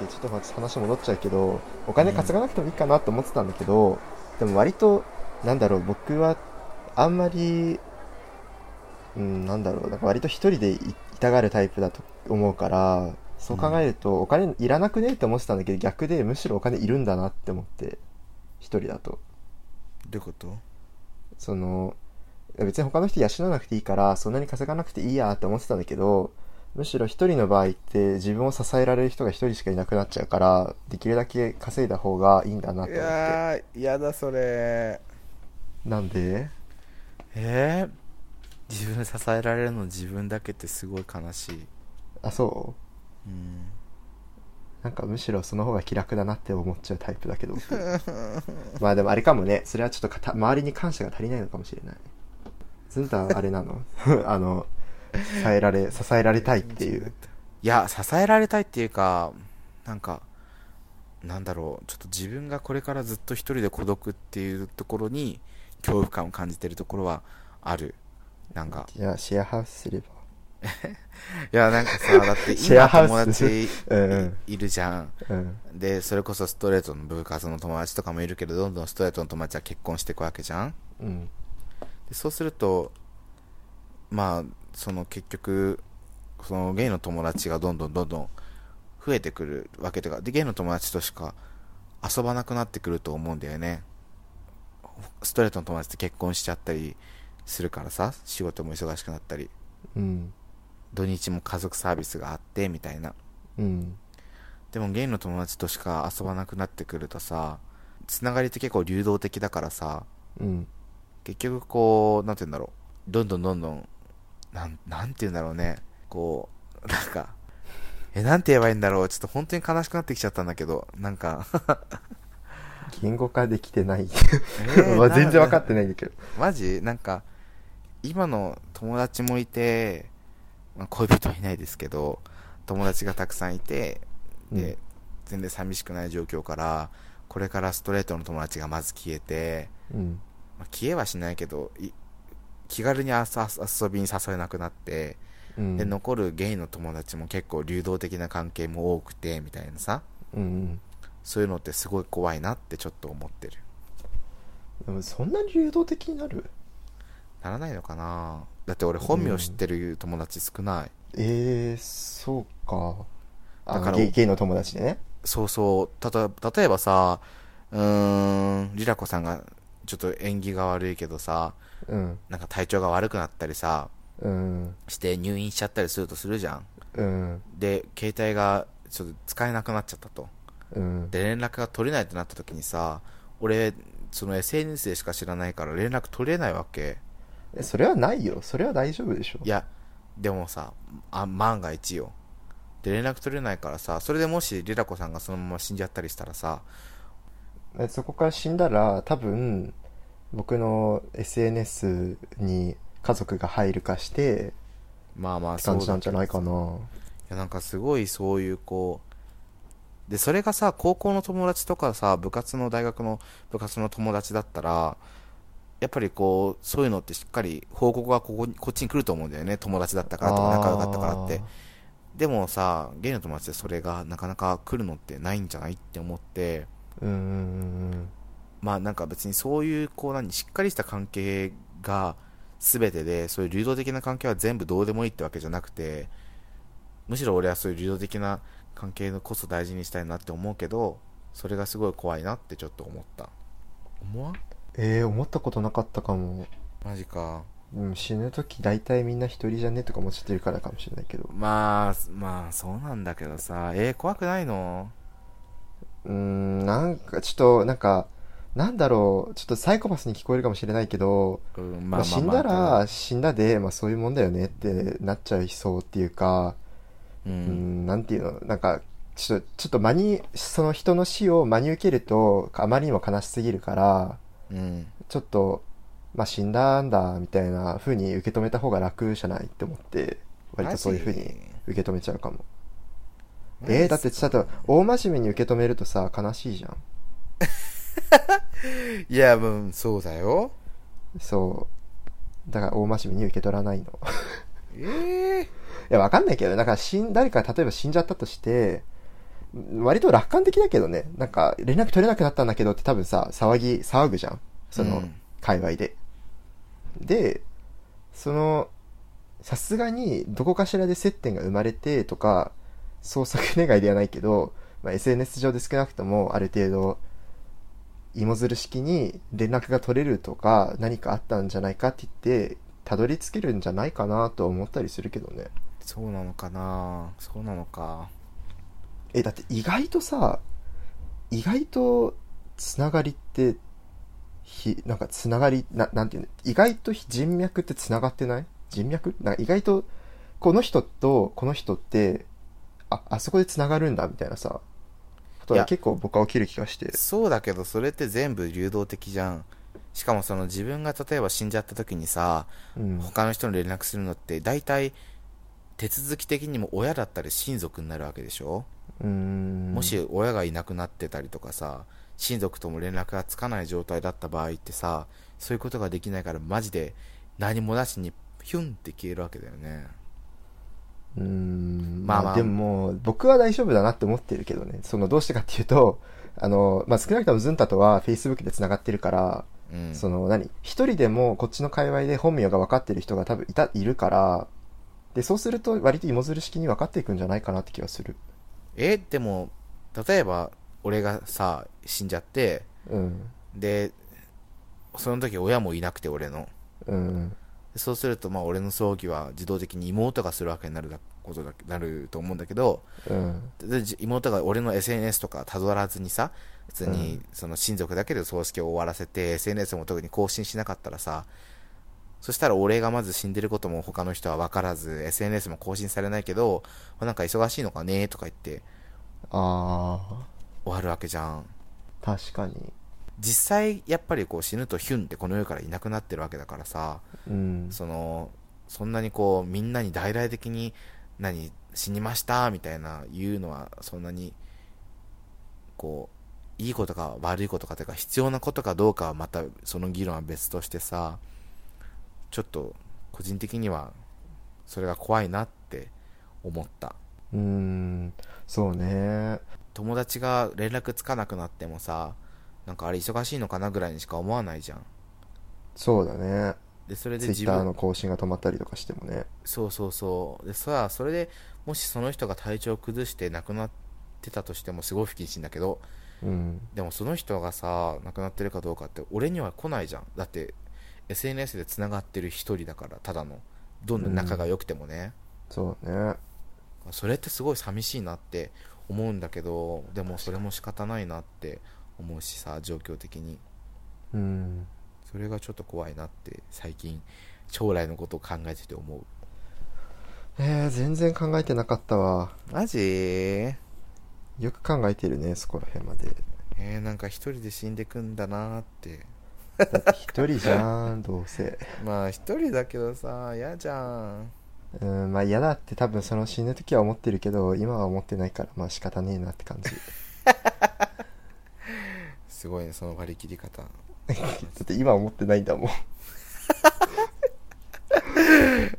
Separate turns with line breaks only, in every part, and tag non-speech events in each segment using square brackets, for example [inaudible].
でちょっと話戻っちゃうけどお金稼がなくてもいいかなと思ってたんだけど、でも割となんだろう僕はあんまりうんなんだろうなんか割と一人でいいたがるタイプだと思うからそう考えるとお金いらなくねって思ってたんだけど、逆でむしろお金いるんだなって思って一人だと
どういうこと
その別に他の人養わなくていいからそんなに稼がなくていいやって思ってたんだけどむしろ一人の場合って自分を支えられる人が一人しかいなくなっちゃうからできるだけ稼いだ方がいいんだなと思っ
い
て
やーやだそれ
なんで
えー、自分で支えられるの自分だけってすごい悲しい
あそう
うん
なんかむしろその方が気楽だなって思っちゃうタイプだ
[laughs]
けど僕まあでもあれかもねそれはちょっとかた周りに感謝が足りないのかもしれないずんたはあれなの [laughs] あの支えられ支えられたいっていう
いや支えられたいっていうかなんかなんだろうちょっと自分がこれからずっと一人で孤独っていうところに恐怖感を感じてるところはあるなんか
いやシェアハウスすれば
いやなんか
[laughs]
さだって
シェア
今
ハウス
友達
うんうん
いるじゃん
うん
でそれこそストレートの部活の友達とかもいるけどどんどんストレートの友達は結婚していくわけじゃん
うん
でそうするとまあその結局そのゲイの友達がどんどんどんどん増えてくるわけとかでゲイの友達としか遊ばなくなってくると思うんだよねストレートの友達って結婚しちゃったりするからさ仕事も忙しくなったり
うん
土日も家族サービスがあってみたいな
うん
でもゲイの友達としか遊ばなくなってくるとさつながりって結構流動的だからさ
うん
結局こうなんて言うんだろうどんどんどんどんなんなんて言うんだろうねこう [laughs] なんかえなんて言えばいいんだろうちょっと本当に悲しくなってきちゃったんだけどなんか
言語化できてない、
え
[laughs]
ー
まあ全然分かって
な
ないんだけど
[laughs] マジなんか今の友達もいて、まあ、恋人はいないですけど友達がたくさんいてで、
うん
全然寂しくない状況からこれからストレートの友達がまず消えて
うん
まあ消えはしないけどい気軽に遊遊びに誘えなくなって、
うん
で残るゲイの友達も結構流動的な関係も多くてみたいなさ
うんうん
そういうのってすごい怖いなってちょっと思ってる
でもそんなに流動的になる
ならないのかなだって俺本名知ってる友達少ない、
えー、そうかあ
だから
のゲイゲイの友達でね
そうそうたと例えばさうーんリラコさんがちょっと縁起が悪いけどさ
うん
なんか体調が悪くなったりさ
うん
して入院しちゃったりするとするじゃん
うん
で携帯がちょっと使えなくなっちゃったと
うん
で連絡が取れないってなった時にさ俺その SNS でしか知らないから連絡取れないわけ
えそれはないよそれは大丈夫でしょ
いやでもさあ万が一よで連絡取れないからさそれでもしリラコさんがそのまま死んじゃったりしたらさ
えそこから死んだら多分僕の SNS に家族が入るかして
まあまあそ
感
うだ
じなんじゃないかない
やなんかすごいそういうこうでそれがさ高校の友達とかさ部活の大学の部活の友達だったらやっぱりこうそういうのってしっかり報告がここにこっちに来ると思うんだよね友達だったからとか仲良かったからってでもさゲイの友達でそれがなかなか来るのってないんじゃないって思って
うんうんうん
まあなんか別にそういうこう何しっかりした関係が全てでそういう流動的な関係は全部どうでもいいってわけじゃなくてむしろ俺はそういう流動的な関係のこそ大事にしたいなって思うけどそれがすごい怖いなってちょっと思った思わん
えー、思ったことなかったかも、
マジか
うん、死ぬ時大体みんな一人じゃねとか思っちゃってるからかもしれないけど
まあまあそうなんだけどさえー、怖くないの
うーんなんかちょっとなんかなんだろうちょっとサイコパスに聞こえるかもしれないけど、
うん
まあ、死んだら死んだで、まあ、そういうもんだよねってなっちゃいそうっていうか
う
うんんなんていうのなんかちょっとちょっと真にその人の死を真に受けるとあまりにも悲しすぎるから
うん
ちょっと、まあ、死んだんだみたいな風に受け止めた方が楽じゃないって思って割とそういう風
マジ
に受け止めちゃうかもえー、だってちょっと大真面目に受け止めるとさ悲しいじゃん
いや、うん、そうだよ。
そう。だから大真面目に受け取らないの。い
ええ
や、わかんないけど、だから死ん、誰か例えば死んじゃったとして、割と楽観的だけどね、なんか連絡取れなくなったんだけどって多分さ、騒ぎ、騒ぐじゃん。その、
うん
界隈で。で、その、さすがにどこかしらで接点が生まれてとか、創作願いではないけど、まあ、SNS 上で少なくともある程度、芋づる式に連絡が取れるとか、何かあったんじゃないかって言って、たどり着けるんじゃないかなと思ったりするけどね。
そうなのかなそうなのか
えだって意外とさ意外とつながりってひなんかつながりななんていうの意外と人脈ってつながってない人脈なんか意外とこの人とこの人ってああそこでつながるんだみたいなさこと
い
が
や
結構僕は起きる気がして
そうだけどそれって全部流動的じゃんしかもその自分が例えば死んじゃった時にさ
うん
他の人に連絡するのって大体手続き的にも親だったり親族になるわけでしょ、
うーん
もし親がいなくなってたりとかさ親族とも連絡がつかない状態だった場合ってさそういうことができないからマジで何もなしにヒュンって消えるわけだよね
うーん
ま
ま
あ
あ、
まあ
でも僕は大丈夫だなって思ってるけどねそのどうしてかっていうとあの、まあ、少なくともズンタとは Facebook でつながってるから
うん
その何一人でもこっちの界隈で本名が分かってる人が多分いたいるからでそうすると割と芋づる式に分かっていくんじゃないかなって気がする
えでも例えば俺がさ死んじゃって
うん
でその時親もいなくて俺の
うん
そうするとまあ俺の葬儀は自動的に妹がするわけになるだことだなると思うんだけど
うん
でじ妹が俺の SNS とかたどらずにさ普通
う
にその親族だけで葬式を終わらせて SNS も特に更新しなかったらさそしたら俺がまず死んでることも他の人は分からず SNS も更新されないけどなんか忙しいのかねとか言って
あ
終わるわけじゃん
ー確かに
実際やっぱりこう死ぬとヒュンってこの世からいなくなってるわけだからさ
うん
そのそんなにこうみんなに大々的に何死にましたみたいな言うのはそんなにこういいことか悪いことかというか必要なことかどうかはまたその議論は別としてさちょっと個人的にはそれが怖いなって思った
うんそうね
友達が連絡つかなくなってもさなんかあれ忙しいのかなぐらいにしか思わないじゃん
そうだね
でそれで自
Twitter
分
の更新が止まったりとかしてもね
そうそうそうでさそれでもしその人が体調を崩して亡くなってたとしてもすごい不謹慎だけど
うん
でもその人がさ亡くなってるかどうかって俺には来ないじゃんだって SNS でつながってる一人だからただのどんな仲が良くてもね、
そうね
それってすごい寂しいなって思うんだけどでもそれも仕方ないなって思うしさ状況的に
うん
それがちょっと怖いなって最近将来のことを考えてて思う
えー、全然考えてなかったわ
マジ
よく考えてるねそこら辺まで
えー、なんか一人で死んでくんだなーって
だって一人じゃんどうせ
まあ一人だけどさ嫌じゃん
うんまあ嫌だって多分その死ぬ時は思ってるけど今は思ってないからまあ仕方ねえなって感 [laughs] じだ
すごいねその割り切り方
って今思ってないんだ [laughs] もん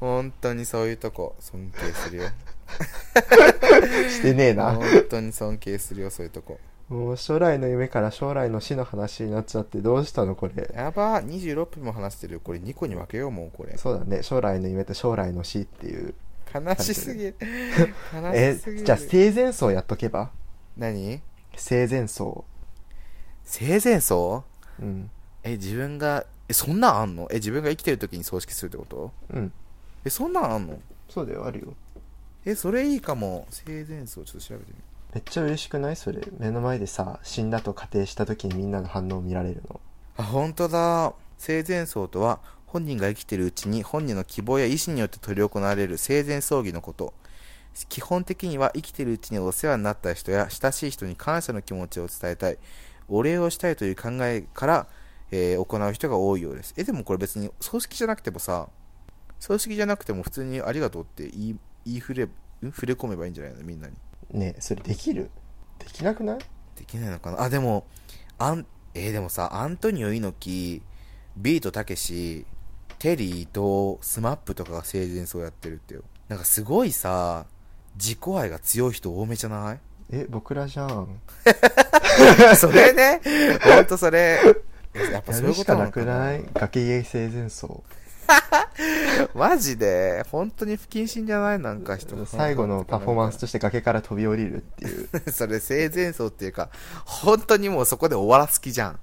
本当にそういうとこ尊敬するよ
してね [laughs] えな
本当に尊敬するよそういうとこ
もう将来の夢から将来の死の話になっちゃってどうしたのこれ
やばー26分も話してるよこれ2個に分けようもうこれ
そうだね将来の夢と将来の死っていう
悲しすぎる悲
え
しすぎる
じゃあ生前葬やっとけば
何
生前葬
生前葬
うん
え自分がえそんなんあんのえ自分が生きてる時に葬式するってこと
うん
えそんなんあんの
そうだよあるよ
えそれいいかも生前葬ちょっと調べてみる
めっちゃ嬉しくないそれ目の前でさ死んだと仮定した時にみんなの反応を見られるの
あ本当だ生前葬とは本人が生きているうちに本人の希望や意思によって執り行われる生前葬儀のこと基本的には生きているうちにお世話になった人や親しい人に感謝の気持ちを伝えたいお礼をしたいという考えから、えー行う人が多いようですえでもこれ別に葬式じゃなくてもさ葬式じゃなくても普通にありがとうって言い言い触れん触れ込めばいいんじゃないのみんなに
ねえそれできるできなくない
できないのかなあでもアンえーでもさアントニオ猪木ビートたけしテリーとスマップとかが生前葬やってるってよなんかすごいさ自己愛が強い人多めじゃない
え、僕らじゃん。 [laughs]
それね、ほんとそれ、やっぱ
や
そうい
る
うこ
し
と
か
な
な
のか
く
な
ない崖家生前層。
マジで、本当に不謹慎じゃないなんか人
最後のパフォーマンスとして崖から飛び降りるっていう。
ス。 [laughs] それ生前葬っていうか、本当にもうそこで終わらす気じゃん。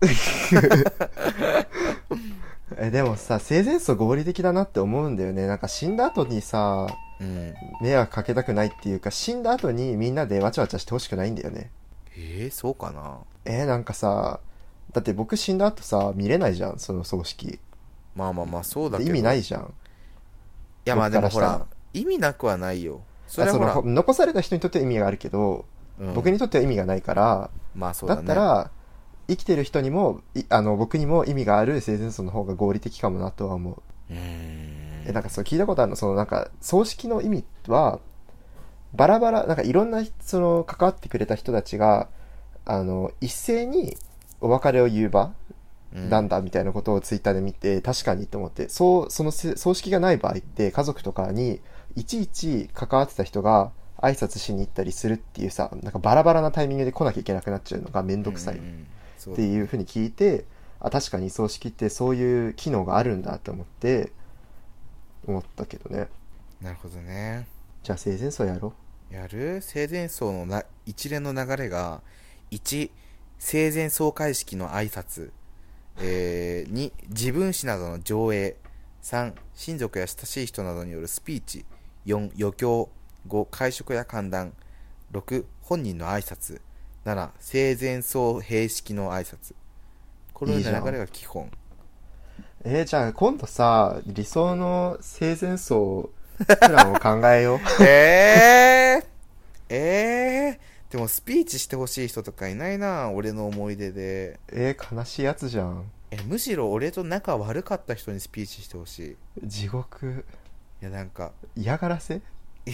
え、でもさ、生前層合理的だなって思うんだよね。なんか死んだ後にさ、
うん。
迷惑かけたくないっていうか、死んだ後にみんなでわちゃわちゃしてほしくないんだよね。
えー、そうかな
えーなんかさ、だって僕死んだ後さ、見れないじゃん、その葬式。
まあまあまあ、そうだけ
意
ど。。
味ないいじゃん。
やまあでもほ
僕からしたら、
ら意味なくはないよ。そ
あ
れは
そ
ほ
のほ、
ら
残された人にとっては意味があるけど、
うん
僕にとっては意味がないから、
まあそう
だ
だ
っ
ね。
たら、生きてる人にも、いあの、僕にも意味がある生前葬の方が合理的かもなとは思う。
うーん
え、なんかそう聞いたことあるの、そのなんか、葬式の意味は、バラバラ、なんかいろんな、その、関わってくれた人たちが、あの、一斉にお別れを言う場
うん
なんだみたいなことをツイッターで見て、確かにと思って、そう、そのせ葬式がない場合って、家族とかに、いちいち関わってた人が挨拶しに行ったりするっていうさ、なんかバラバラなタイミングで来なきゃいけなくなっちゃうのがめんどくさい
うんうんうんそう
っていうふうに聞いて、あ、確かに葬式ってそういう機能があるんだと思って、思ったけどね。
なるほどね。
じゃあ生前葬やろ
やる生前葬のな一連の流れが1生前総会式の挨拶、えー、2自分史などの上映3親族や親しい人などによるスピーチ4余興5会食や歓談6本人の挨拶7生前葬閉式の挨拶このよう
いいじゃ
なん流れが基本
えーじゃあ今度さ、理想の生前葬プランを考えよう。 [laughs]
えー、えー、でもスピーチしてほしい人とかいないな俺の思い出で
えー悲しいやつじゃん。
えむしろ俺と仲悪かった人にスピーチしてほしいい
地獄。
やなんか [laughs]
嫌がらせ
え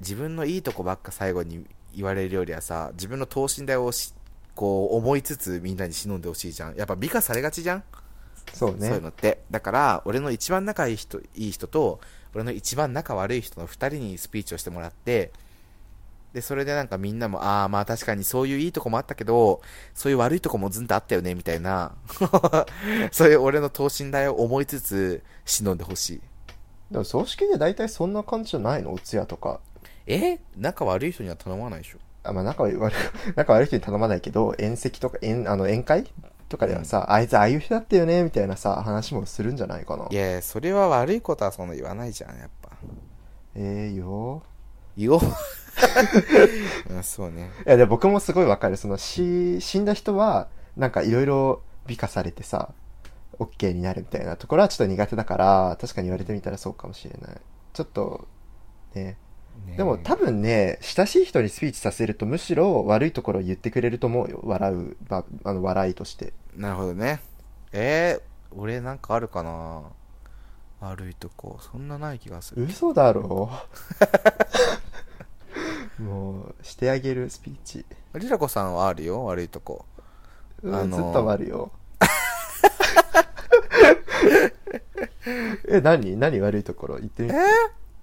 自分のいいとこばっか最後に言われるよりはさ自分の等身大をしこう思いつつみんなに忍んでほしいじゃんやっぱ美化されがちじゃん、
そうね
そういうのってだから俺の一番仲いい人いい人と俺の一番仲悪い人の2人にスピーチをしてもらってでそれでなんかみんなもああまあ確かにそういういいとこもあったけどそういう悪いとこもずんとあったよねみたいな [laughs] そういう俺の等身大を思いつつ忍んでほしい
でも葬式で大体そんな感じじゃないのお通夜とか
え仲悪い人には頼まないでしょ
あまあ仲悪い [laughs] 仲悪い人に頼まないけど宴席とか宴あの宴会とかではさ、あいつああいう人だったよねみたいなさ話もするんじゃないかない
やいやそれは悪いことはそんな言わないじゃんやっぱ
ええよ
言おう [laughs] うんそうね
いやでも僕もすごいわかるその死死んだ人はなんかいろいろ美化されてさ OK になるみたいなところはちょっと苦手だから確かに言われてみたらそうかもしれないちょっとね
ね
でも多分ね、親しい人にスピーチさせるとむしろ悪いところを言ってくれると思うよ。笑う、ばあの笑いとして。
なるほどね。えー、俺なんかあるかな悪いとこ、そんなない気がする。
嘘だろもう、 [laughs] してあげるスピーチ。
リラコさんはあるよ、悪いとこ。
うん
あの
ずっ
ー
と悪いよ。 [laughs] え、何何悪いところ言ってみ。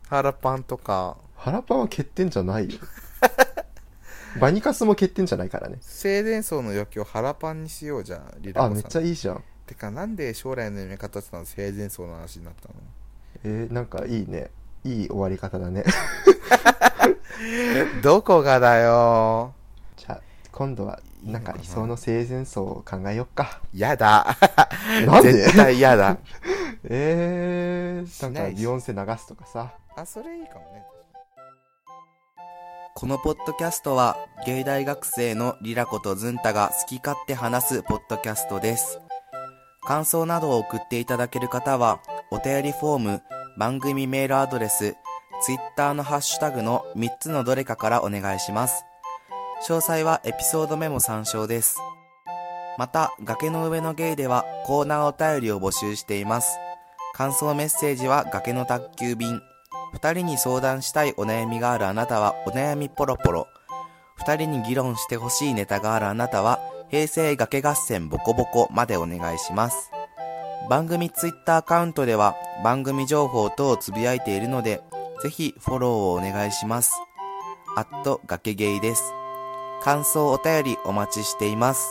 腹パンとか、
腹パンは欠点じゃないよ。バニカスも欠点じゃないからね。
生前葬の余興腹パンにしようじゃん、リラ
あ、
コ
めっち
さ
ゃ
ん。
いいじゃん。
てか、なんで将来の夢語ってたの生前葬の話になったの
えーなんかいいね。いい終わり方だね。 [laughs]
[laughs] どこがだよ
じゃあ今度はなんか
いいのかな
理想の生前葬を考えよっか。
やだ。
なんで
絶対やだ。
えー、
し
な
なんい
か
し
ビヨンセ流すとかさ。
あ、それいいかもね。
このポッドキャストは、芸大学生のリラコとズンタが好き勝手話すポッドキャストです。感想などを送っていただける方は、お便りフォーム、番組メールアドレス、ツイッターのハッシュタグの3つのどれかからお願いします。詳細はエピソードメモ参照です。また、崖の上のゲイではコーナーお便りを募集しています。感想メッセージは崖の宅急便。二人に相談したいお悩みがあるあなたはお悩みポロポロ。二人に議論してほしいネタがあるあなたは平成崖合戦ボコボコまでお願いします。番組ツイッターアカウントでは番組情報等をつぶやいているので、ぜひフォローをお願いします。
アット崖ゲイです。感想お便りお待ちしています。